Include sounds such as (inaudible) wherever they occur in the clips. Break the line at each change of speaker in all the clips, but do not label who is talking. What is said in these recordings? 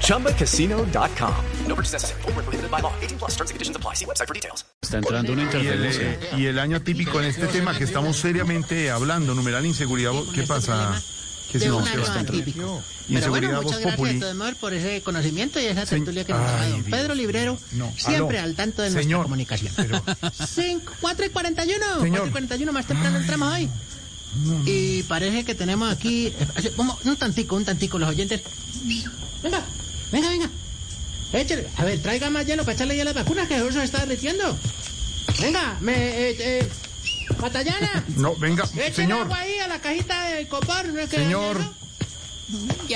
ChumbaCasino.com. No purchase necessary. Void where prohibited by law. 18 plus terms and conditions apply. See website for details.
Está entrando una
Y el,
interferencia.
eh, y el año típico en este tema que estamos seriamente hablando, numeral inseguridad, ¿qué pasa? ¿Qué
de
se
un
nos
año
queda?
atípico. Pero bueno,
Inseguridad, voz
muchas gracias,
populi.
Todomor, por ese conocimiento y esa
Señ-
tertulia que nos ha
Ay,
dado. Don
Dios
Pedro Librero,
No,
siempre
aló.
al tanto de nuestra
Señor, (laughs)
comunicación.
pero-
5, 4 y 41,
Señor.
4 y 41, más temprano entramos hoy. Y parece que tenemos aquí... eh, vamos, un tantico, un tantico, los oyentes. Venga, venga, venga. Échale. A ver, traiga más hielo para echarle ya las vacunas que Jesús se está derritiendo. Venga, me... Eh, eh,
(laughs)
Batallana,
No,
(laughs)
venga,
echen
señor,
agua ahí a la cajita de copar. ¿no es que
señor,
daña, no?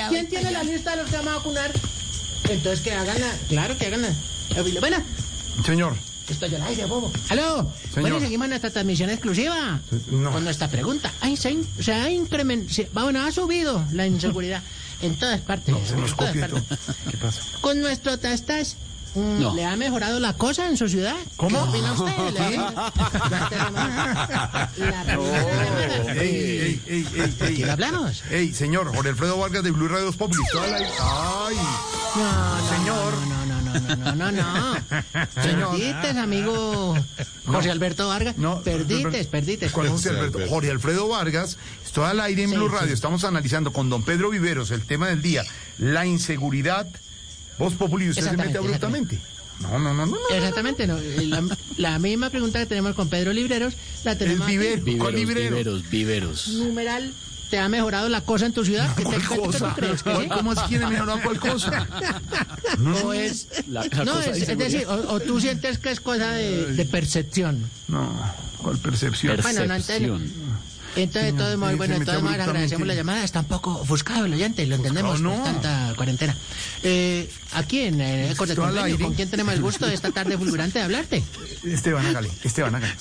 ¿Quién tiene la lista de los que van a vacunar? Entonces que hagan la... Claro que hagan la... eh, Bueno,
señor.
estoy al aire, bobo. ¡Aló!
Señor.
Bueno, seguimos nuestra transmisión exclusiva.
No.
Con nuestra pregunta. Ay, se, ha in- se ha incrementado... Bueno, ha subido la inseguridad (laughs) en todas partes.
Se nos
en todas
copia todo.
partes.
¿Qué pasa?
Con nuestro tastas... mm,
No.
¿Le ha mejorado la cosa en su ciudad?
¿Cómo?
¿Qué opina
(laughs)
usted? ¿Le ha- La tenemos- la tenemos-
Ey, ey, ey, ey, ey.
¿Y lo hablamos?
Ey, señor, Jorge Alfredo Vargas de Blue Radios Populi. toda la- Ay,
No, no,
Señor.
No, no, no, no, no, no, no, no.
(laughs) Señor.
Perdites, amigo José Alberto Vargas.
no.
perdites, perdites.
¿Cuál es Jorge Alberto? Jorge Alfredo Vargas, está al aire en
Sí,
Blue
sí.
Radio. Estamos analizando con don Pedro Viveros el tema del día, la inseguridad. Voz Populi, y usted se mete
Exactamente,
abruptamente. No, no, no, no. no.
Exactamente, no. La, la misma pregunta que tenemos con Pedro Libreros, la
El
tenemos aquí.
vivero, ¿cuál
Viveros,
librero?
viveros, viveros.
Numeral, ¿te ha mejorado la cosa en tu ciudad? ¿Qué te-
¿Cuál
qué- qué tú
cosa?
crees que sí?
¿Cuál- ¿Cómo es que le mejoraron cuál cosa?
(laughs) O es,
La- la
no,
cosa de
es, es decir, o, o tú sientes que es cosa de, de percepción.
No, ¿cuál percepción?
Bueno, no
Percepción.
Entonces, todo muy
se
bueno,
metió
todo más
abruptamente.
agradecemos la llamada. Está un poco ofuscado el oyente, lo entendemos
no.
por tanta cuarentena. Eh, aquí en eh, Ecos del
Todo al
Convenio,
aire.
¿con quién tenemos el gusto de esta tarde fulgurante de hablarte?
Esteban, hágale, Esteban, hágale.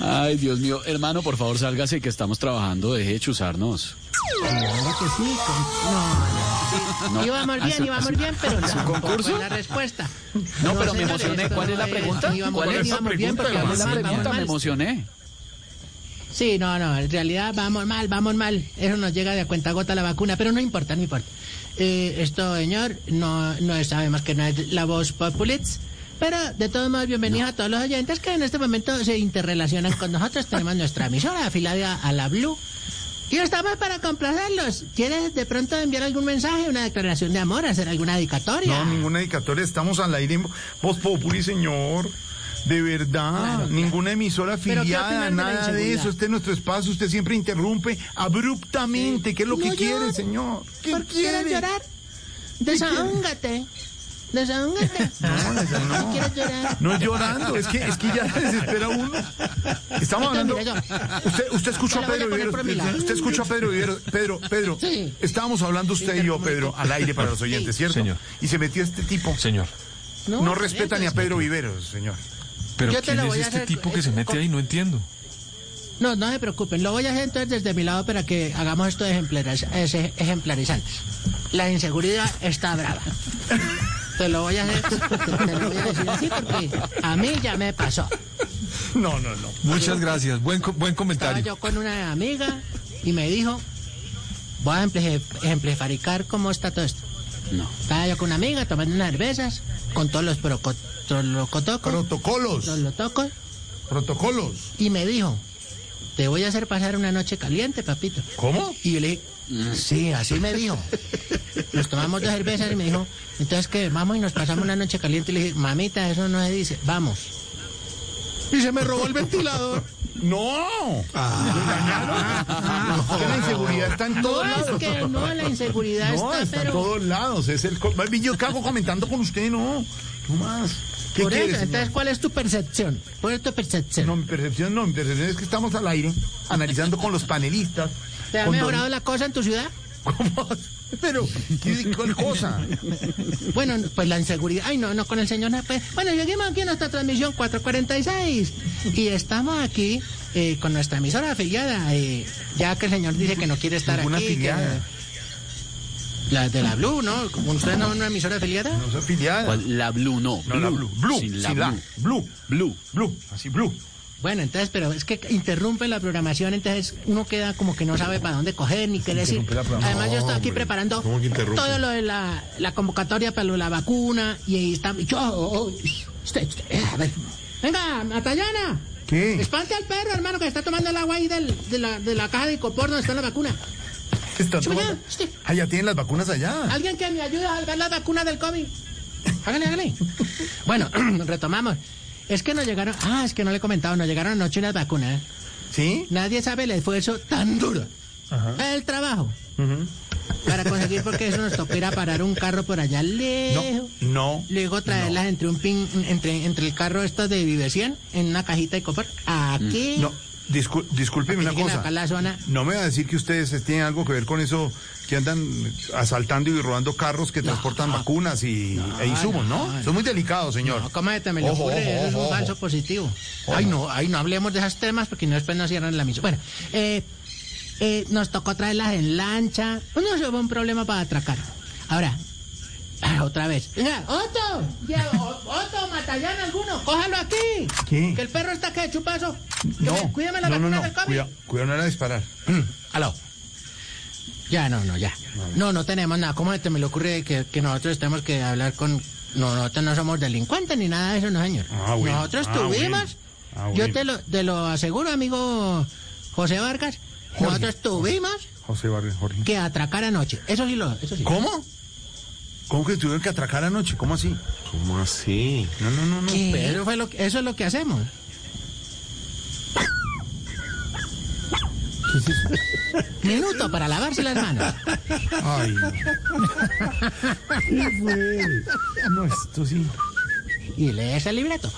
Ay, Dios mío. Hermano, por favor, sálgase que estamos trabajando. Deje de chuzarnos.
Claro que sí. con- No, no.
No.
Íbamos
Ah,
bien,
su-
íbamos
su-
bien, pero no.
concurso?
fue La respuesta.
No, pero me
señores,
emocioné.
esto
¿Cuál es la
eh,
no
pregunta?
no íbamos
¿Cuál
bien,
es la
íbamos bien,
pregunta,
pero
hermano?
íbamos
La
mal,
pregunta
íbamos
me
mal.
emocioné.
Sí, no, no, en realidad vamos mal, vamos mal. Eso nos llega de a cuenta gota la vacuna, pero no importa, no importa. Eh, esto, señor, no, no es- sabemos que no es la voz populitz, pero de todos modos, bienvenidos a todos los oyentes que en este momento se interrelacionan con
(laughs)
nosotros. Tenemos nuestra emisora afiliada a la Blue. Y estamos para complacerlos. ¿Quieres de pronto enviar algún mensaje, una declaración de amor, hacer alguna dedicatoria?
No, ninguna dedicatoria, estamos al aire en Voz Populi, señor. De verdad, ninguna emisora
¿Pero qué
afiliada,
opinan de la
nada de
inseguridad?
eso. Este es nuestro espacio, usted siempre interrumpe abruptamente. ¿Qué es lo
No
que quiere,
llore.
señor? ¿Qué
¿Por qué
quiere?
quieres llorar? Desahóngate. Desahóngate.
(laughs) no.
¿Por qué quieres llorar?
No es llorando, es que, es que ya se desespera uno. Estamos hablando.
mira, yo-
Usted, usted escuchó
Yo
a
la voy
Pedro
a poner por mi
Viveros.
lado.
Usted escuchó a Pedro Viveros. Pedro, Pedro.
Sí.
Estábamos hablando usted y yo, Pedro, al aire para los oyentes, ¿cierto?
Señor.
Y se metió este tipo.
Señor,
No respeta ni a Pedro Viveros, señor.
pero
Yo te
¿quién
lo voy
es
a
este
hacer-
tipo que se mete ahí? No entiendo.
No, no se preocupen. Lo voy a hacer entonces desde mi lado para que hagamos esto ejemplariz- es- ejemplarizante. La inseguridad está
(laughs)
brava. Te lo voy a hacer, te lo voy a decir así porque a mí ya me pasó.
No, no, no.
Muchas gracias. Buen, co- buen
Estaba
comentario.
yo con una amiga y me dijo, voy a emple- ejemplificar cómo está todo esto.
No.
Estaba yo con una amiga tomando unas cervezas con todos los procotocos,
Protocolos.
los tocos,
Protocolos.
y me dijo, te voy a hacer pasar una noche caliente, papito.
¿Cómo?
Y yo le dije, sí, así me dijo. Nos tomamos dos cervezas y me dijo, entonces que vamos y nos pasamos una noche caliente. Y le dije, mamita, eso no se dice, vamos. Y se me robó el ventilador.
(laughs) No. Es que la inseguridad está en
Ah. No
todos
es
lados.
que no, la inseguridad
No,
está,
está en
pero.
todos lados. Es el co- yo cago comentando con usted, no. No más. ¿Qué
por eso,
quiere, señor?
entonces, ¿cuál es tu percepción? ¿Cuál es tu percepción?
No, mi percepción no, mi percepción es que estamos al aire, analizando con los panelistas.
¿Te ha
con
mejorado
don-
la cosa en tu ciudad?
(laughs) ¿Cómo? Pero, ¿qué, ¿cuál cosa?
Bueno, pues la inseguridad. Ay, no, no, con el señor no puede. Bueno, lleguemos aquí a nuestra transmisión 446. Y estamos aquí eh, con nuestra emisora afiliada, eh, ya que el señor dice que no quiere estar
Ninguna
aquí. que-
afiliada.
la de la Blue, ¿no? ¿Usted no es una emisora afiliada?
No es afiliada.
¿Cuál? La Blue no.
No, la Blue. Blue.
Sin la
sin la.
Blue.
Blue.
Blue.
Blue. Así, Blue.
Bueno, entonces, pero es que interrumpe la programación, entonces uno queda como que no sabe para dónde coger ni qué decir.
Interrumpe la programación.
Además, yo estoy aquí
Hombre,
preparando
¿cómo que interrumpe?
todo lo de la, la convocatoria para lo de la vacuna y ahí está. Yo, oh, oh, usted, usted, eh, a ver. Venga, Matallana.
¿Qué?
Espante al perro, hermano, que está tomando el agua ahí del- de, la, de la caja de copor donde está la vacuna.
Está
Sí,
tomando-
mañana, sí.
Ah, ya tienen las vacunas allá.
Alguien que me ayude a salvar la vacuna del COVID.
(laughs)
Hágale, hágale. Bueno, (clears throat) retomamos. Es que nos llegaron, ah, es que no le he comentado, nos llegaron anoche unas vacunas.
¿Sí?
Nadie sabe el esfuerzo tan duro. El trabajo. Para conseguir, porque eso nos tocó ir a parar un carro por allá lejos.
No.
Luego traerlas entre un pin, entre, entre el carro esto de Viversión, en una cajita de copor. Aquí.
No. discul- discúlpeme una
Lleguen
cosa.
acá a la zona.
No me va a decir que ustedes tienen algo que ver con eso que andan asaltando y robando carros que transportan vacunas y, e insumos, ¿no?
no,
Eso es muy delicado, señor.
No, ¿cómo se te me lo
Ojo,
ocurre?
ojo,
Eso es un
ojo,
falso
ojo.
positivo. Ay, no, ay, no hablemos de esos temas porque no después nos cierran la misa. Bueno, eh, eh, nos tocó traerlas en lancha. No se fue un problema para atracar. Ahora, (laughs) ah, otra vez. Venga, Otto, ya, o- Otto, Matallán alguno, cójalo aquí.
¿Qué?
Que el perro está que chupazo.
No,
cuídame la
no, no,
vacuna
no.
del COVID.
Cuidado, cuidado, no era disparar.
Aló. Ya, no, no, ya. No, no tenemos nada. ¿Cómo te me lo ocurre que, que nosotros tenemos que hablar con... No, nosotros no somos delincuentes ni nada de eso, no, señor.
Ah, bueno.
Nosotros
Ah,
tuvimos...
bueno. Ah,
Yo
bueno.
te lo, te lo aseguro, amigo José Vargas.
Jorge.
Nosotros tuvimos
José Barrio, Jorge.
que atracar anoche. Eso sí lo... Eso sí.
¿Cómo? ¿Cómo que tuvieron que atracar anoche? ¿Cómo así?
¿Cómo así?
No, no, no, no.
Pero Eso, fue lo, que- eso es lo
(laughs)
que hacemos. Minuto para lavarse las manos.
Ay. ¿Qué fue? No, esto sí.
y lees el libreto.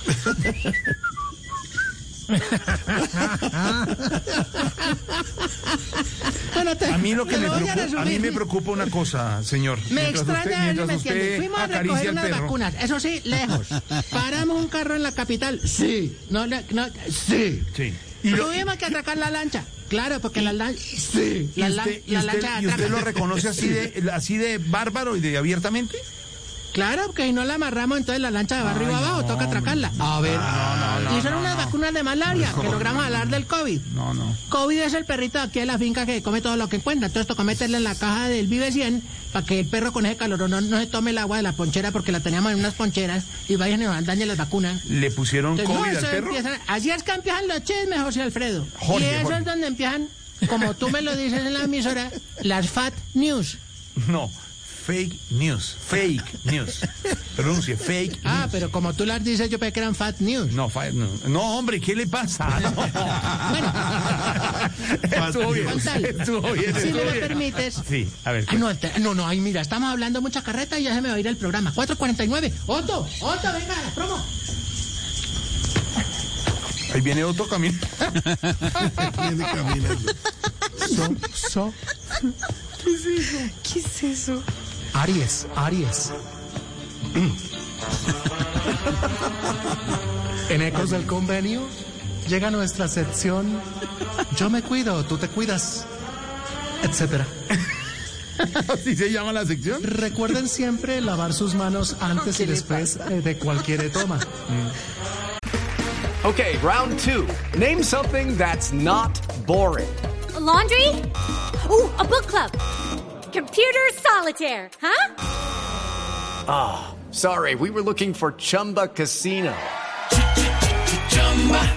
bueno, te-
A mí lo que
te
me
voy a
preocupa, a mí
resumir.
me preocupa una cosa, señor.
Me extraña, él no me
mientras
entiende.
usted
Fuimos a
acaricia
recoger
al
unas
perro.
vacunas, eso sí,
(laughs)
lejos. Paramos un carro en la capital, sí. No, le- no, sí.
Sí. Y lo-
Tuvimos que atracar la lancha. Claro, porque la lancha. Sí.
¿Y
La, lan-
usted, y
la
usted-
lancha
y usted lo
atraca.
reconoce así de, así de bárbaro y de abiertamente?
Claro, porque si no la amarramos, entonces la lancha va arriba abajo, toca atracarla. A ver.
Ah,
y son unas vacunas de malaria que logramos hablar del COVID.
No, no.
COVID es el perrito de aquí de la finca que come todo lo que encuentra. Entonces toca meterle en la caja del Vive 100 para que el perro con ese calor no, no se tome el agua de la ponchera porque la teníamos en unas poncheras y vayan y nos dañen las vacunas.
¿Le pusieron
Entonces,
COVID
no,
al
eso
perro?
empieza- así es que empiezan los chismes, José Alfredo.
Jorge,
y eso
Jorge.
es donde empiezan, como tú me lo dices en la emisora, las fat news.
No. Fake news. Fake news. Pronuncie fake
Ah,
news.
pero como tú las dices, yo pensé que eran fat news.
No, fa- no, no, hombre, ¿qué le pasa? No. (laughs) estuvo bien,
Gonzalo,
estuvo bien,
Si me
estuvo
lo
bien.
permites.
Sí, a ver.
Ah, no, te- no, no, ay, mira, estamos hablando mucha carreta y ya se me va a ir el programa. 4.49. Otto, Otto, venga, la promo.
Ahí viene otro camino.
¿Qué es eso?
Aries, Aries. En Ecos del Convenio llega nuestra sección Yo me cuido, tú te cuidas, etcétera.
¿Así se llama la sección?
Recuerden siempre lavar sus manos antes y después eh, de cualquier toma.
Okay, round two. Name something that's not boring.
A laundry? Ooh, a book club. Computer solitaire, huh?
Sorry, we were looking for Chumba Casino.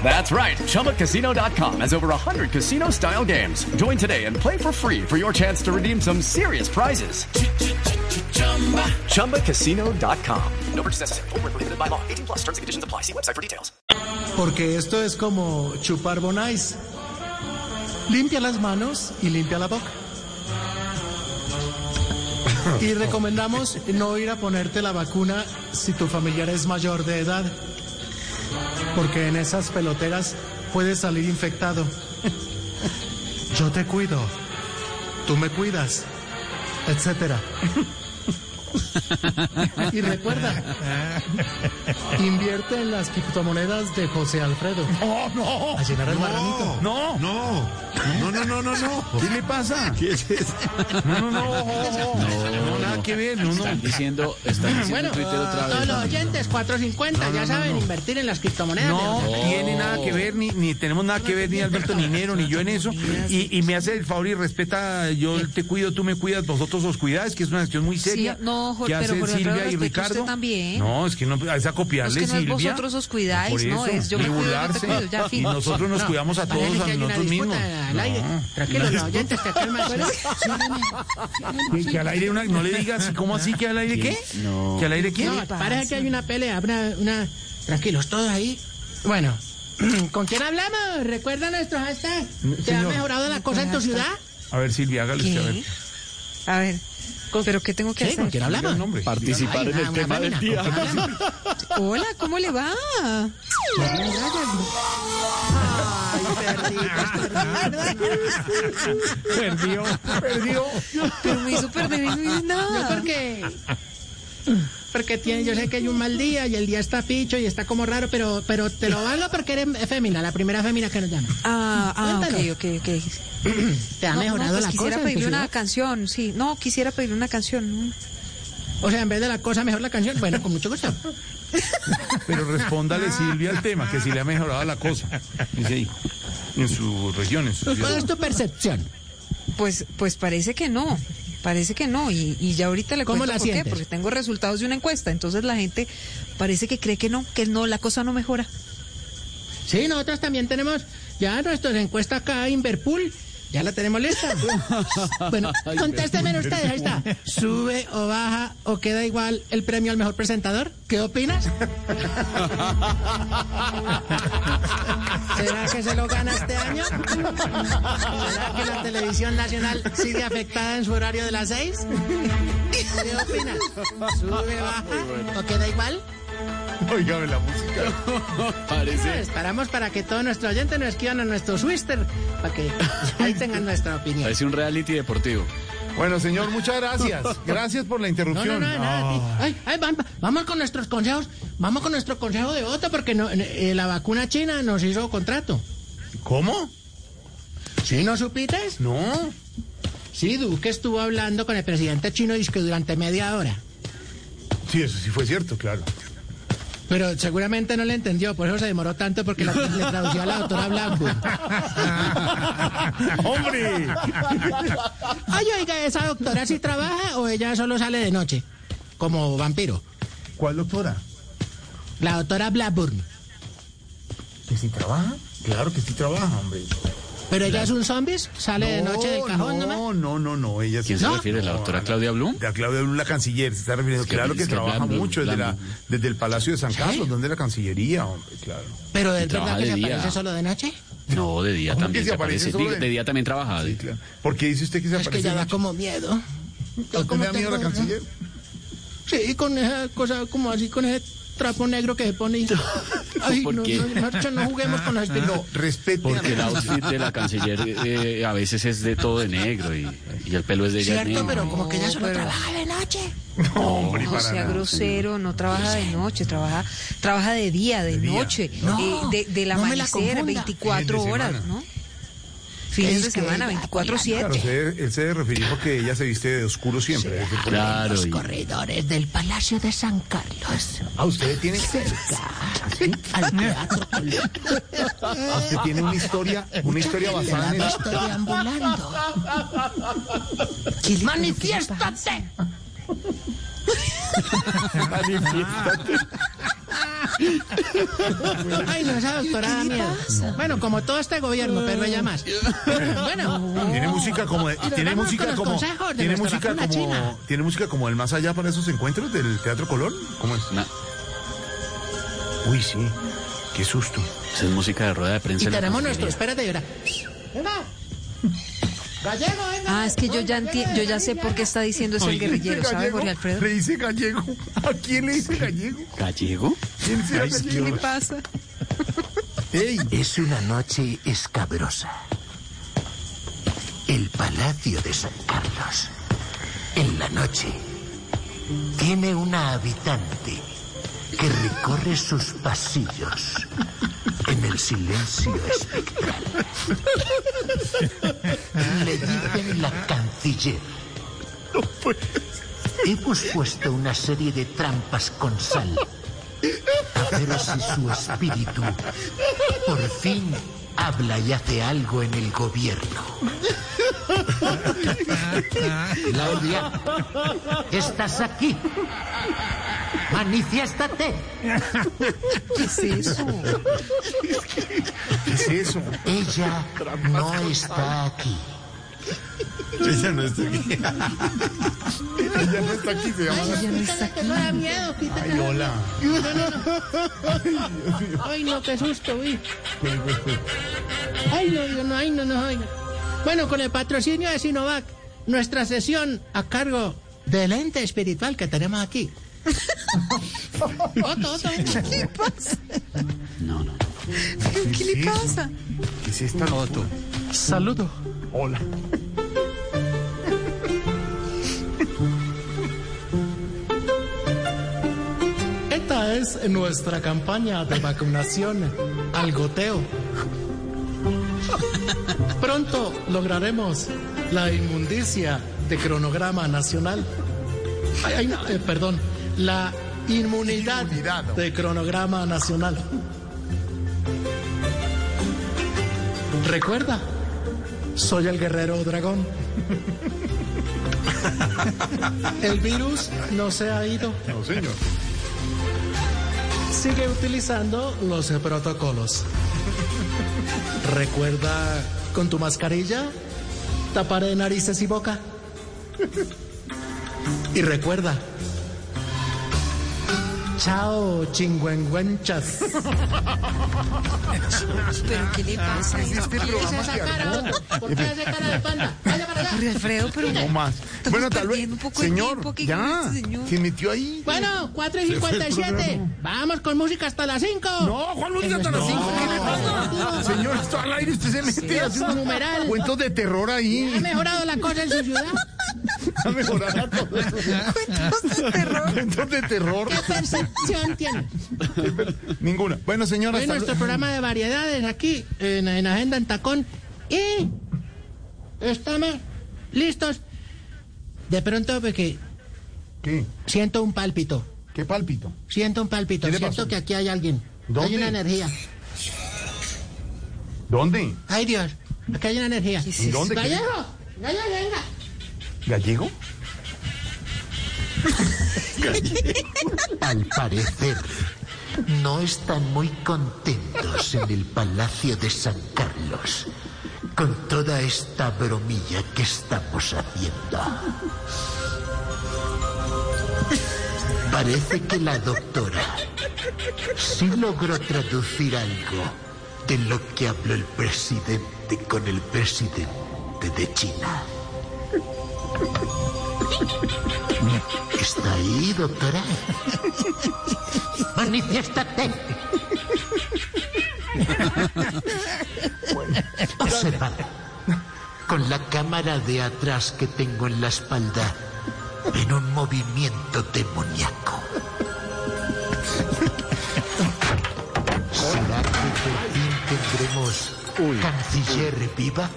That's right. ChumbaCasino.com has over 100 casino style games. Join today and play for free for your chance to redeem some serious prizes. ChumbaCasino.com. No purchase necessary. Void where prohibited by law. 18 plus terms and conditions apply. See website for details.
Porque esto es como chupar bonais. Limpia las manos y limpia la boca. Y recomendamos no ir a ponerte la vacuna si tu familiar es mayor de edad. Porque en esas peloteras puedes salir infectado. Yo te cuido. Tú me cuidas. Etcétera. Y recuerda, invierte en las criptomonedas de José Alfredo.
¡Oh, no!
A llenar el marranito.
¡No!
No, no, no, no, no, no.
¿Qué le pasa? No, no, no. No, nada que ver. No, no.
Están diciendo, están diciendo
Bueno,
en Twitter otra
todos
vez.
los oyentes, 450, ya saben, invertir en las criptomonedas.
No
de-
tiene nada que ver, ni, ni tenemos nada que ver, ni Alberto, ni Nero, ni yo en eso. Y, y me hace el favor y respeta, yo te cuido, tú me cuidas, vosotros os cuidáis, que es una cuestión muy seria.
Sí, no, Jorge,
que
pero
hace
Jorge Alfredo,
Silvia y
respete usted
Ricardo.
también.
No, es que no, es a
No, es
copiarle
que no es
Silvia.
vosotros os cuidáis,
Por
no,
eso,
es yo me
ni
cuido, yo te
burlarse.
cuido, ya, fin.
Y nosotros nos
No,
cuidamos a
parece
todos,
que
a
hay una
nosotros
disputa
mismos.
al aire. Tranquilo, los oyentes se calman.
Que, que al aire una, no le digas, ¿cómo así que al aire qué? No. ¿Que al aire qué?
No, parece que hay una pelea, una, una- Tranquilos, todos ahí. Bueno, (clears throat) ¿con quién hablamos? ¿Recuerda nuestro hashtag? ¿Te ha
señor.
mejorado la cosa en tu ciudad?
A ver, Silvia, hágale usted, a ver.
¿Qué? A ver, ¿pero qué tengo que
Sí, ¿con
hacer?
quién hablamos?
El nombre.
Participar
Ay,
en
una-
el
una
tema del
fémina,
día. (laughs)
¿con quién hablamos?
Hola, ¿cómo le va? Ay,
Perdió, perdió.
pero me hizo perder y no hice
No,
nada.
porque. Porque tiene, yo sé que hay un mal día y el día está picho y está como raro, pero, pero te lo valgo porque eres fémina, la primera fémina que nos llama.
Ah, ah, ok,
Cuéntanos.
ok, ok.
¿Te ha
No, no,
mejorado
pues
la cosa?
quisiera
en tu
pedirle una
ciudad?
canción, sí. No, quisiera pedirle una canción.
O sea, en vez de la cosa, mejor la canción. Bueno, con mucho gusto.
Pero respóndale, Silvia, al tema, que si le ha mejorado la cosa. Dice ahí, en su región, en su
Pues, ¿Cuál
ciudad.
es tu percepción?
Pues, pues parece que no. Parece que no, y, y ya ahorita le
¿Cómo
cuento
la
por qué,
sientes?
porque tengo resultados de una encuesta, entonces la gente parece que cree que no, que no, la cosa no mejora.
Sí, nosotros también tenemos ya nuestras encuestas acá Inverpool. Ya la tenemos
(laughs)
lista. bueno, contéstenme ustedes, ahí está. ¿Sube o baja o queda igual el premio al mejor presentador? ¿Qué opinas? ¿Será que se lo gana este año? ¿Será que la televisión nacional sigue afectada en su horario de las seis? ¿Qué opinas? ¿Sube, baja o queda igual?
Óigame la música.
Bueno, esperamos para que todos nuestros oyentes nos escriban a nuestro Twitter, para que ahí tengan nuestra opinión.
Parece un reality deportivo.
Bueno, señor, muchas gracias. Gracias por la
No, no,
interrupción.
no, nada.
Ah.
sí. Ay, ay, van- vamos con nuestros consejos. Vamos con nuestro consejo de voto porque no- eh, la vacuna china nos hizo contrato.
¿Cómo?
¿Sí no supiste?
No.
Sí, Duque estuvo hablando con el presidente chino y que durante media hora.
Sí, eso sí fue cierto, (laughs) claro.
Pero seguramente no le entendió, por eso se demoró tanto porque la- le traducía a la doctora Blanco.
(laughs) ¡Hombre!
Ay, oiga, ¿esa doctora sí trabaja o ella solo sale de noche? Como vampiro.
¿Cuál doctora?
La doctora Blackburn.
¿Que sí trabaja? Claro que sí trabaja, hombre.
¿Pero ella es un zombies? ¿Sale de noche del cajón nomás?
no, no, no, no, ella sí.
¿Quién se
¿No?
refiere? ¿La doctora Claudia Blum?
La Claudia Blum, la canciller, se está refiriendo.
Es que-
claro que
es que
trabaja
Blum,
mucho desde,
Blum.
la, desde el Palacio de San Carlos, donde la Cancillería, hombre, claro.
¿Pero es
Trabaja
verdad que
de
se
día.
aparece solo de noche?
No, de día
¿Cómo
también.
que se
se
aparece
aparece.
solo
Digo,
de-
de día también trabaja.
Sí, claro. ¿Por qué dice usted que se
Es que
aparece
ya
de
da
noche?
como miedo.
¿A usted
como
le da miedo a la
tengo-
canciller?
Sí, con esa cosa como así, con ese trapo negro que se
(laughs)
pone. y- Ay,
¿Por
no,
qué? Ah.
no, Marcha, no juguemos con las
No, respete.
Porque el
a la
outfit de la canciller eh, a veces es de todo de negro y, y el pelo es de ella
Cierto,
negro.
pero como que ella solo
pero-
trabaja de noche.
No, hombre,
No
para
sea
nada.
grosero, no trabaja de noche, trabaja, trabaja de día, de,
día.
noche,
No,
eh, de, del
no me la
amanecer,
confunda.
24
Fines de
horas,
semana.
¿no? Fines
Es
de
que
semana,
ella-
Claro,
24-7.
se- él se refirió porque ella se viste de oscuro siempre. Es decir,
Claro,
Los
y-
corredores del Palacio de San Carlos.
Ah, usted tiene,
Cerca al teatro.
Ah, usted tiene una historia, una historia basada en eso.
Estoy deambulando. ¡Manifiéstate! Ay, no, esa doctora da miedo. Bueno, como todo este gobierno, pero ella
(laughs)
más. Bueno,
Tiene música como, de-
Oh. Pero
tiene
vamos con
música
los
como,
consejos de
tiene
nuestra
música
vacuna
como,
china.
tiene música como el más allá para esos encuentros del Teatro Colón. ¿Cómo es?
Na-
Uy, sí. Qué susto.
esa es música de rueda de prensa.
y
en la
tenemos nuestro.
cancillería.
Espérate, llora. Venga. Gallego, venga.
Ah, es que yo ya, enti- yo ya sé por qué está diciendo eso el guerrillero, ¿sabe, Jorge Alfredo?
este Le dice gallego. ¿A quién le dice gallego?
¿Gallego?
¿Quién será
¿Qué le
gallego?
pasa?
Ey,
Es una noche escabrosa. El Palacio de San Carlos. En la noche, tiene una habitante que recorre sus pasillos en el silencio espectral. Le dicen la canciller. Hemos puesto una serie de trampas con sal. A ver si su espíritu por fin habla y hace algo en el gobierno. Claudia, estás aquí. Manifiéstate.
¿Qué es eso?
¿Qué es eso?
Ella no está aquí.
Ella no está aquí. Ella no está aquí, se llama.
Ella no está aquí.
Ay, hola.
(laughs) Ay, no, qué susto, uy. Ay, no, yo no, ay, no, no, oiga. Bueno, con el patrocinio de Sinovac, nuestra sesión a cargo del ente espiritual que tenemos
(laughs)
aquí. Otto, Otto, venga.
¿Qué le pasa?
No, no.
¿Qué le pasa?
¿Qué es esta
Otto.
Saludo.
Hola.
Esta es nuestra campaña de vacunación al goteo. Pronto lograremos la inmundicia de cronograma nacional. Ay, ay, no, eh, perdón, la inmunidad,
Inmunidad, ¿no?
de cronograma nacional. Recuerda, soy el guerrero dragón. (laughs) El virus no se ha ido.
No, señor.
Sigue utilizando los protocolos. Recuerda con tu mascarilla tapar de narices y boca. Y recuerda. Chao, chingüengüenchas.
¿Pero qué le pasa?
Este programa que armó.
¿Por qué hace cara de panda? Vaya para allá.
Jorge Alfredo, pero
No más.
Estamos
Bueno, tal vez.
perdiendo un poco de tiempo
Señor,
aquí
ya.
con este señor. (laughs)
Se metió ahí.
Bueno, 4 y
Se fue el
57.
programa.
Vamos con música hasta las 5.
No, Juan Luis hasta las cinco, ¿qué le pasa? Señor, está al aire, usted se mete hace unos
numeral.
cuentos de terror
¿Ha
(laughs)
(laughs)
ahí.
mejorado la cosa en su ciudad?
Ha mejorado todo eso.
Cuentos de este terror.
Cuentos de terror.
¿Qué percepción tiene?
Ninguna. Bueno, señora,
Hoy
hasta
nuestro
luego.
programa de variedades aquí en, en Agenda en Tacón. Y estamos listos. De pronto, porque
¿Qué?
siento un pálpito.
¿Qué pálpito?
Siento un pálpito.
¿Qué le
Siento
pasó?
que aquí hay alguien.
¿Dónde?
Hay una energía.
¿Dónde?
Ay, Dios. Aquí hay una energía.
¿Qué es
¿Y dónde? ¿Qué?
¡Gallego! ¡Gallego, venga!
¿Gallego?
Al parecer, no están muy contentos en el Palacio de San Carlos con toda esta bromilla que estamos haciendo. Parece que la doctora sí logró traducir algo de lo que habló el presidente con el presidente de China. ¿Está ahí, doctora? ¡Manifiéstate! O se va. Con la cámara de atrás que tengo en la espalda, en un movimiento demoníaco. ¿Será que por fin tendremos canciller viva?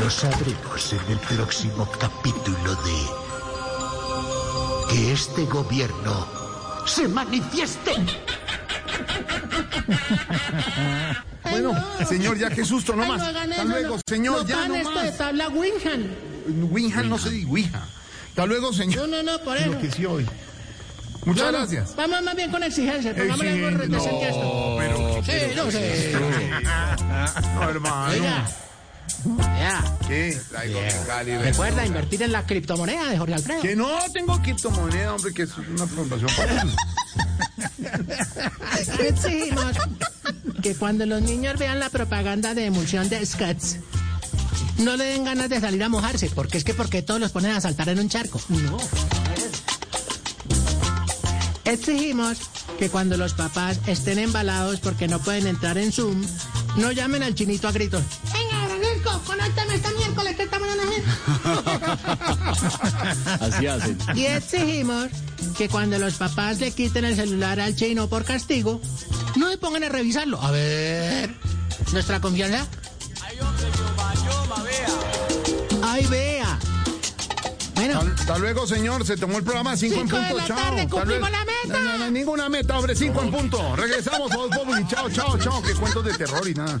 Lo sabremos en el próximo capítulo de... Que este gobierno se manifieste.
Bueno, (laughs) señor, ya qué susto, no
Ay,
más.
no hagan
Hasta
eso,
luego,
no.
señor,
No
ya
pan
no
esto de
más.
tabla Winhan.
Winhan no se dice Ouija. Hasta luego, (laughs)
No,
señor.
no, no, por eso.
Lo que sí hoy. Muchas gracias.
Vamos más bien con exigencia. Pongámosle algo
Exigen-
decente a esto.
No, pero
Sí, no sé.
no, hermano.
Oiga. Vea,
¿Qué? Traigo mi Cali,
recuerda invertir en la criptomoneda de Jorge Alfredo. (laughs)
Que no tengo criptomoneda, hombre, que es una fundación para eso.
¿Qué exigimos? Que cuando los niños vean la propaganda de emulsión de Scats, no le den ganas de salir a mojarse, porque es que porque todos los ponen a saltar en un charco. No. Exigimos que cuando los papás estén embalados porque no pueden entrar en Zoom, no llamen al chinito a gritos. Venga, Francisco,
conéctame este miércoles que estamos en la
Así hacen.
Y exigimos que cuando los papás le quiten el celular al chino por castigo, no se pongan a revisarlo. A ver, nuestra confianza. Ay, vea. Bueno.
Hasta luego, señor. Se tomó el programa 5 en
Cinco de
punto.
la
chao.
tarde,
Hasta
cumplimos
luego.
la meta.
No, no, no, ninguna meta, hombre. 5 en punto. Regresamos, Voz Populi. Chao, chao, chao. Que cuentos de terror y nada.